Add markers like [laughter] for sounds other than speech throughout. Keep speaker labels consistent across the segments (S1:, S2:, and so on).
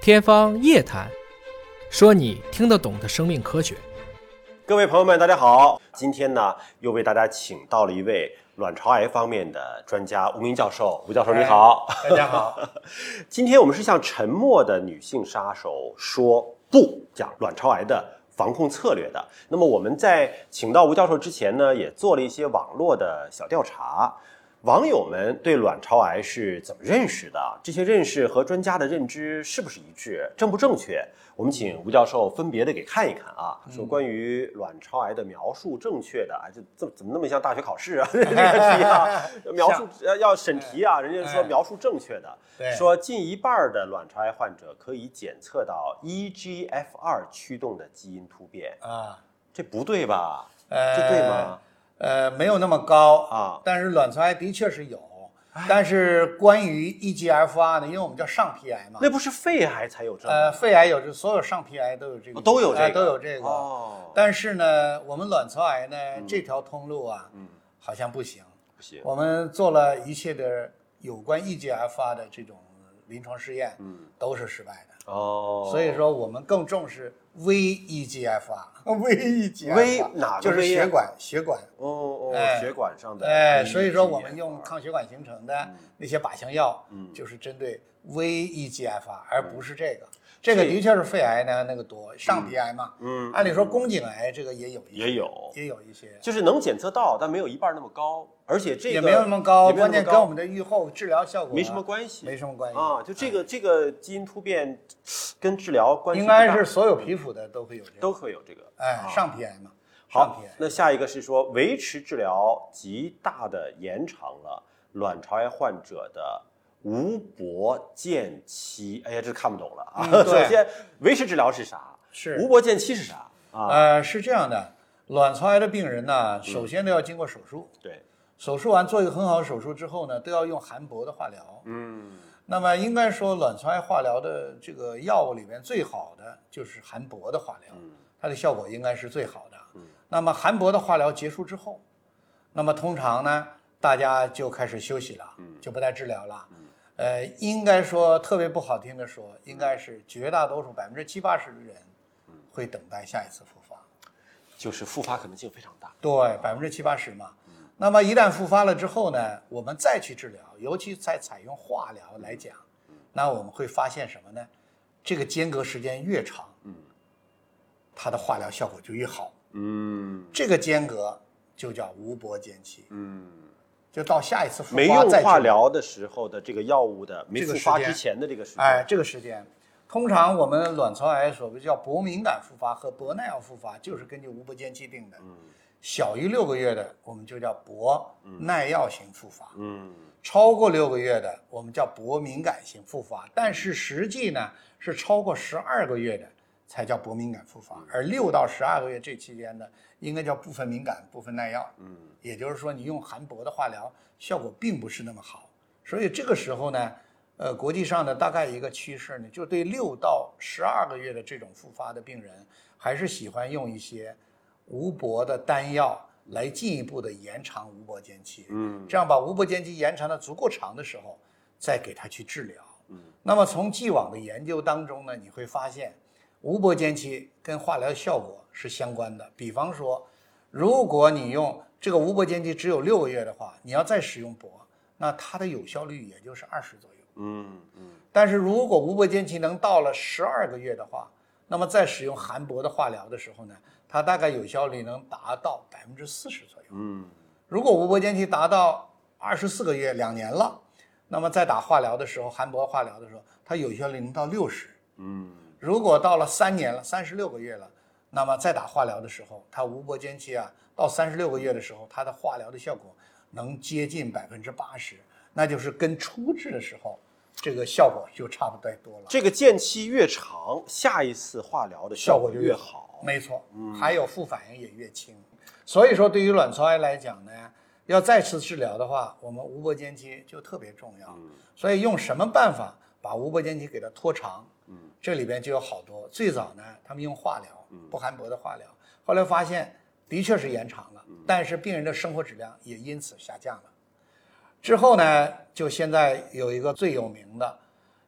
S1: 天方夜谭，说你听得懂的生命科学。
S2: 各位朋友们，大家好！今天呢，又为大家请到了一位卵巢癌方面的专家吴明教授。吴教授，你好！
S3: 哎大家好，
S2: [laughs] 今天我们是向沉默的女性杀手说不，讲卵巢癌的防控策略的。那么我们在请到吴教授之前呢，也做了一些网络的小调查，网友们对卵巢癌是怎么认识的？这些认识和专家的认知是不是一致？正不正确？我们请吴教授分别的给看一看啊，
S3: 嗯
S2: 说关于卵巢癌的描述正确的，啊，这怎么怎么那么像大学考试啊？这个题
S3: [laughs]
S2: 啊，描述呃要审题啊，人家说
S3: 哎
S2: 描述正确的。
S3: 对，
S2: 说近一半儿的卵巢癌患者可以检测到 E EGFR 驱动的基因突变，
S3: 啊，
S2: 这不对吧？
S3: 呃，
S2: 这对吗？？
S3: 呃，没有那么高
S2: 啊哎
S3: 但是卵巢癌的确是有。但是关于 E EGFR 呢，因为我们叫上皮癌嘛，
S2: 那不是肺癌才有这个
S3: 呃，肺癌有这所有上皮癌都有这个，
S2: 哦都有这个
S3: 啊都有这个。
S2: 哦，
S3: 但是呢，我们卵巢癌呢、这条通路啊，
S2: 嗯，
S3: 好像不行。
S2: 不行，
S3: 我们做了一切的有关 E EGFR 的这种临床试验，
S2: 嗯，
S3: 都是失败的。
S2: 哦，
S3: 所以说我们更重视 E
S2: 哦 E
S3: VEGFR，VEGFR
S2: V 哪个
S3: 就是
S2: V 呀
S3: 血管血管，
S2: 哦哦，
S3: 哎
S2: 血管上的 EGFR，
S3: 哎，所以说我们用抗血管形成的
S2: 啊嗯
S3: 那些靶向药，
S2: 嗯
S3: 就是针对 E VEGFR，而不是这个。这个的确是肺癌呢那个多，上皮癌嘛，
S2: 嗯，
S3: 按理说宫颈癌这个也有一些
S2: 也有，
S3: 也有一些，
S2: 就是能检测到，但没有一半儿那么高，而且这个
S3: 也没有那么高，
S2: 也没有
S3: 关
S2: 那么
S3: 键跟我们的预后治疗效果
S2: 没什么关系，
S3: 没什么关系
S2: 啊，就这个这个基因突变跟治疗关系
S3: 应
S2: 不大嗯
S3: 该是所有皮肤的都会有这个，
S2: 都会有这个，
S3: 哎
S2: 啊，
S3: 上皮癌嘛，上
S2: 好
S3: 皮癌，。
S2: 那下一个是说维持治疗极大的延长了卵巢癌患者的无搏间期。哎呀，这看不懂了啊！ [laughs]
S3: 嗯对
S2: 首先，维持治疗是啥？
S3: 是
S2: 无搏间期是啥啊？
S3: 呃，是这样的，卵巢癌的病人
S2: 嗯
S3: 呢，首先都要经过手术，
S2: 对，
S3: 手术完做一个很好的手术之后呢，都要用含铂的化疗。
S2: 嗯，
S3: 那么应该说，卵巢癌化疗的这个药物里面最好的就是含铂的化疗，它的效果应该是最好的。那么含铂的化疗结束之后，那么通常呢，大家就开始休息了，就不再治疗了。呃，应该说特别不好听的说，应该是绝大多数百分之七八十的人会等待下一次复发。
S2: 就是复发可能性非常大。
S3: 对，百分之七八十嘛。那么一旦复发了之后呢，我们再去治疗，尤其在采用化疗来讲，
S2: 嗯
S3: 那我们会发现什么呢？这个间隔时间越长，嗯，它的化疗效果就越好。
S2: 嗯
S3: 这个间隔就叫无搏间期，
S2: 嗯，
S3: 就到下一次复
S2: 没
S3: 发
S2: 用
S3: 再治
S2: 化。疗的时候的这个药物的没
S3: 这个
S2: 复
S3: 时
S2: 发
S3: 间
S2: 之前的这个时间，
S3: 哎，这个时间，通常我们卵巢癌所谓叫铂敏感复发和铂耐药复发，就是根据无搏间期定的。
S2: 嗯
S3: 小于六个月的，我们就叫铂耐药型复发。
S2: 嗯
S3: 超过六个月的，我们叫铂敏感型复发，但是实际呢是超过十二个月的才叫铂敏感复发，而六到十二个月这期间呢，应该叫部分敏感、部分耐药。
S2: 嗯，
S3: 也就是说，你用含铂的化疗效果并不是那么好，所以这个时候呢，呃，国际上的大概一个趋势呢，就对六到十二个月的这种复发的病人，还是喜欢用一些无铂的单药来进一步的延长无铂间期。
S2: 嗯
S3: 这样把无铂间期延长的足够长的时候，再给他去治疗。
S2: 嗯，
S3: 那么从既往的研究当中呢，你会发现无铂间期跟化疗效果是相关的。比方说，如果你用这个无铂间期只有六个月的话，你要再使用铂，那它的有效率也就是二十左右。
S2: 嗯嗯
S3: 但是如果无铂间期能到了十二个月的话，那么在使用含铂的化疗的时候呢，它大概有效率能达到百分之四十左右。
S2: 嗯
S3: 如果无铂间期达到二十四个月，两年了，那么在打化疗的时候，含铂化疗的时候，它有效率能到六十。
S2: 嗯
S3: 如果到了三年了，三十六个月了，那么再打化疗的时候，它无铂间期啊，到三十六个月的时候，它的化疗的效果能接近百分之八十，那就是跟初治的时候，这个效果就差不太多了。
S2: 这个间期越长，下一次化疗的
S3: 效
S2: 果
S3: 果就
S2: 越
S3: 越
S2: 好。
S3: 没错，还有副反应也越轻。所以说，对于卵巢癌来讲呢，要再次治疗的话，我们无铂间期就特别重要。所以用什么办法把无铂间期给它拖长？嗯，这里边就有好多。最早呢，他们用化疗，不含铂的化疗，后来发现的确是延长了，但是病人的生活质量也因此下降了。之后呢，就现在有一个最有名的，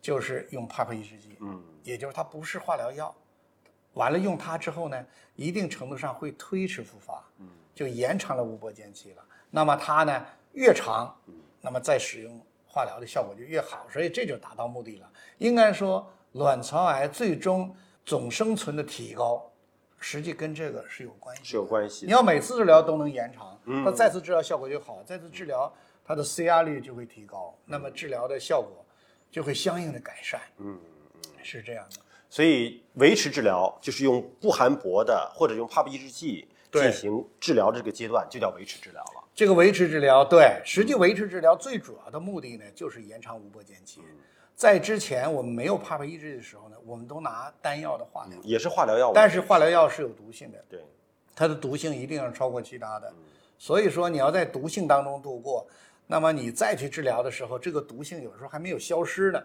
S3: 就是用 PARP 抑制剂，
S2: 嗯，
S3: 也就是它不是化疗药。完了用它之后呢，一定程度上会推迟复发，嗯，就延长了无搏间期了。那么它呢越长，那么再使用化疗的效果就越好，所以这就达到目的了。应该说，卵巢癌最终总生存的提高，实际跟这个是有关系的。
S2: 是有关系
S3: 你
S2: 的。
S3: 要每次治疗都能延长，它再次治疗效果就好，再次治疗它的 CR 率就会提高，那么治疗的效果就会相应的改善。嗯，是这样的。
S2: 所以维持治疗就是用不含铂的或者用 PAP 抑制剂
S3: 对
S2: 进行治疗，这个阶段就叫维持治疗了。
S3: 这个维持治疗，对，实际维持治疗最主要的目的呢，就是延长无波间期。在之前我们没有 PAP 抑制的时候呢，我们都拿单药的化疗，
S2: 也是化疗药物，
S3: 但是化疗药是有毒性的，
S2: 对，
S3: 它的毒性一定要超过其他
S2: 嗯
S3: 的。所以说，你要在毒性当中度过，那么你再去治疗的时候，这个毒性有时候还没有消失
S2: 嗯
S3: 呢，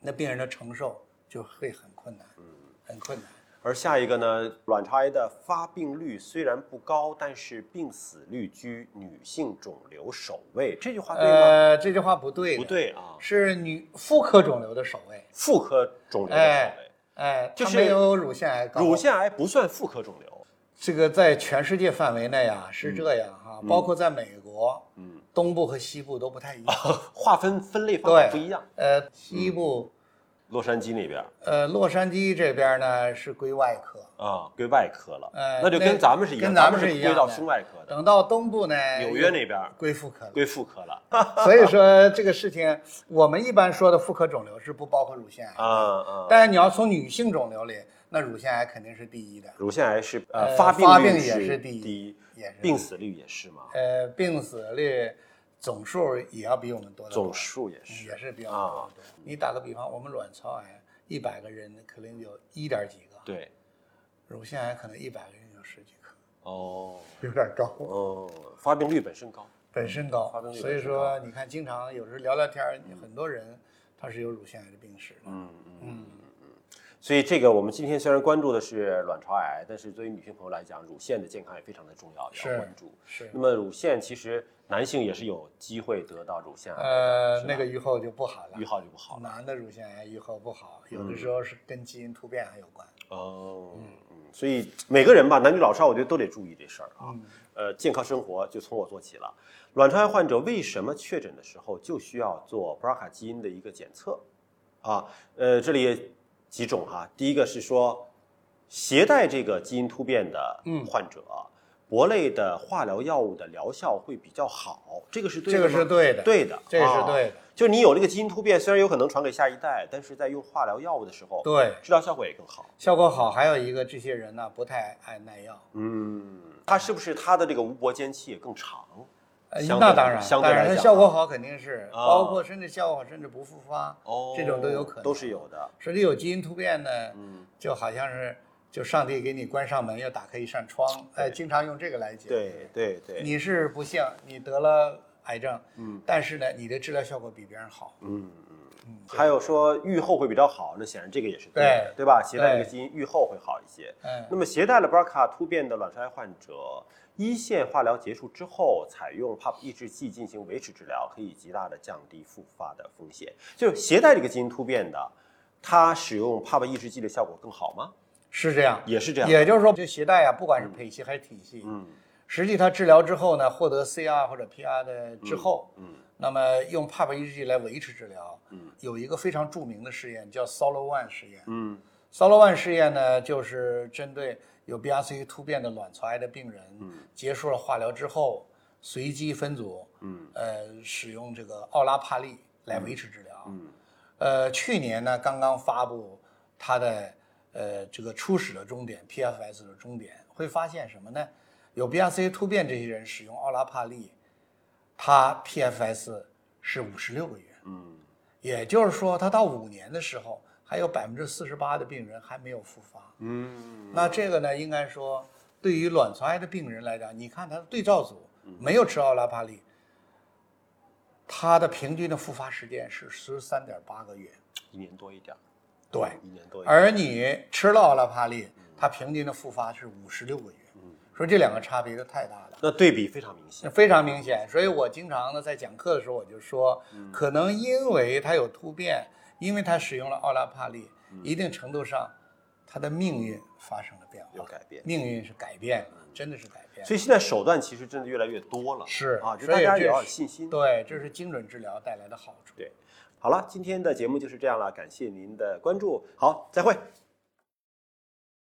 S3: 那病人的承受就会很困难，
S2: 嗯
S3: 很困难。
S2: 而下一个呢，卵巢癌的发病率虽然不高，但是病死率居女性肿瘤首位，这句话对吗？
S3: 呃，这句话不对的，
S2: 不，对啊，
S3: 是女妇科肿瘤的首位，
S2: 妇科肿瘤的
S3: 哎
S2: 首位，
S3: 哎，
S2: 就
S3: 它
S2: 是
S3: 没有乳腺癌高，
S2: 乳腺癌不算妇科肿瘤。
S3: 这个在全世界范围内啊是这样哈、包括在美国，
S2: 嗯，
S3: 东部和西部都不太一样。 [laughs]
S2: 划分分类方法
S3: 对
S2: 不一样。嗯
S3: 呃，西部，
S2: 洛杉矶那边
S3: 呃，洛杉矶这边呢是归外科，
S2: 啊，归外科了，
S3: 哎
S2: 那就跟
S3: 那
S2: 咱们是一样，
S3: 跟咱
S2: 们
S3: 们
S2: 是
S3: 是一样
S2: 归到
S3: 的
S2: 胸外科的。
S3: 等到东部呢，
S2: 纽约那边
S3: 归妇科了。
S2: 归妇科了。
S3: 所以说这个事情，我们一般说的妇科肿瘤是不包括乳腺癌，
S2: [laughs] 啊啊，
S3: 但是你要从女性肿瘤里，那乳腺癌肯定是第一的，
S2: 乳腺癌是呃
S3: 呃
S2: 发病
S3: 发
S2: 率
S3: 病也
S2: 是
S3: 是
S2: 第
S3: 第一也是
S2: 病死率也是嘛，
S3: 呃，病死率总数也要比我们多得多，
S2: 总数也是
S3: 也是比较
S2: 啊
S3: 多。你打个比方，我们卵巢癌一百个人可能有一点几个，
S2: 对
S3: 乳腺癌可能一百个人有十几个，
S2: 哦
S3: 有点高，啊
S2: 哦，发病率本身高，
S3: 本身高
S2: 发病率。
S3: 所以
S2: 本身
S3: 说，你看，经常有时候聊聊天儿，很多人他是有乳腺癌的病史的。
S2: 嗯嗯。
S3: 嗯，
S2: 所以这个我们今天虽然关注的是卵巢癌，但是对于女性朋友来讲，乳腺的健康也非常的重要，也
S3: 是
S2: 要关注。
S3: 是
S2: 那。么乳腺其实男性也是有机会得到乳腺癌的，
S3: 呃，
S2: 是吧
S3: 那个预后就不好了
S2: 预。号就不好了。嗯
S3: 男的乳腺癌预后不好，有的时候是跟基因突变还有关。
S2: 哦，嗯，所以每个人吧，男女老少，我觉得都得注意这事儿啊。
S3: 嗯
S2: 呃，健康生活就从我做起了。卵巢癌患者为什么确诊的时候就需要做 BRCA 基因的一个检测？啊，呃，这里几种哈、第一个是说携带这个基因突变的
S3: 嗯
S2: 患者，铂类的化疗药物的疗效会比较好，这个是对
S3: 这
S2: 的
S3: 个
S2: 吗
S3: 是对的，
S2: 对的，
S3: 这个是
S2: 啊
S3: 对的。
S2: 就是你有这个基因突变，虽然有可能传给下一代，但是在用化疗药物的时候，
S3: 对，
S2: 治疗效果也更好。
S3: 效果好。还有一个，这些人呢不太爱耐药。
S2: 嗯，它是不是它的这个无铂间期也更长？
S3: 呃，
S2: 相对
S3: 那当然，
S2: 相对
S3: 当
S2: 来
S3: 然，它
S2: 讲
S3: 效果好肯定是，
S2: 啊
S3: 包括甚至效果好，甚至不复发，
S2: 哦，
S3: 这种都有可能，
S2: 都是。有的。
S3: 实际有基因突变呢，
S2: 嗯，
S3: 就好像是就上帝给你关上门，又打开一扇窗，哎，经常用这个来解。，
S2: 对对对，
S3: 你是不幸，你得了癌症，
S2: 嗯，
S3: 但是呢，你的治疗效果比别人好，
S2: 嗯嗯，还有说预后会比较好，那显然这个也是对的，
S3: 对
S2: 对吧？携带这个
S3: 对
S2: 基因预后会好一些。
S3: 嗯
S2: 那，么携带了 BRCA 突变的卵巢癌患者，一线化疗结束之后，采用 PAP 抑 E 制剂进行维持治疗，可以极大的降低复发的风险。就是携带这个基因突变的，它使用 PAP 抑 E 制剂的效果更好吗？
S3: 是这样。
S2: 也是这样。
S3: 也就是说，这携带啊，不管是配系还是体系，
S2: 嗯
S3: 实际它治疗之后呢，获得 CR 或者 PR 的之后，
S2: 嗯
S3: 那么用 PAP 抑制剂来维持治疗，
S2: 嗯
S3: 有一个非常著名的试验叫 SOLO1 试验。
S2: 嗯
S3: SOLO1 试验呢，就是针对有 BRCA 突变的卵巢癌的病人，结束了化疗之后，随机分组，
S2: 嗯
S3: 呃，使用这个奥拉帕利来维持治疗。
S2: 嗯
S3: 呃，去年呢，刚刚发布它的呃这个初始的终点 PFS 的终点，会发现什么呢？有 BRCA 突变这些人使用奥拉帕利，它 PFS 是五十六个月，
S2: 嗯
S3: 也就是说，它到五年的时候，还有百分之四十八的病人还没有复发。
S2: 嗯
S3: 那这个呢，应该说对于卵巢癌的病人来讲，你看他的对照组
S2: 嗯
S3: 没有吃奥拉帕利，他的平均的复发时间是十三点八个月。
S2: 一年多一点儿，
S3: 对，
S2: 一年多一点儿。
S3: 而你吃了奥拉帕
S2: 嗯
S3: 利，它平均的复发是五十六个月。所以这两个差别就太大了。
S2: 那对比非常明
S3: 那
S2: 显。
S3: 非常明显，所以我经常呢在讲
S2: 嗯
S3: 课的时候我就说，可能因为它有突变，因为它使用了奥拉帕利，
S2: 嗯
S3: 一定程度上，他的命运发生了变化，
S2: 有改变嗯
S3: 命运是改变了，真的是改变了。
S2: 所以现在手段其实真的越来越多了，
S3: 是
S2: 啊，就
S3: 所
S2: 大
S3: 以
S2: 家
S3: 这
S2: 也要有
S3: 是
S2: 信心。
S3: 对，这是精准治疗带来的好处。
S2: 对，好了，今天的节目就是这样了，感谢您的关注，好，再会。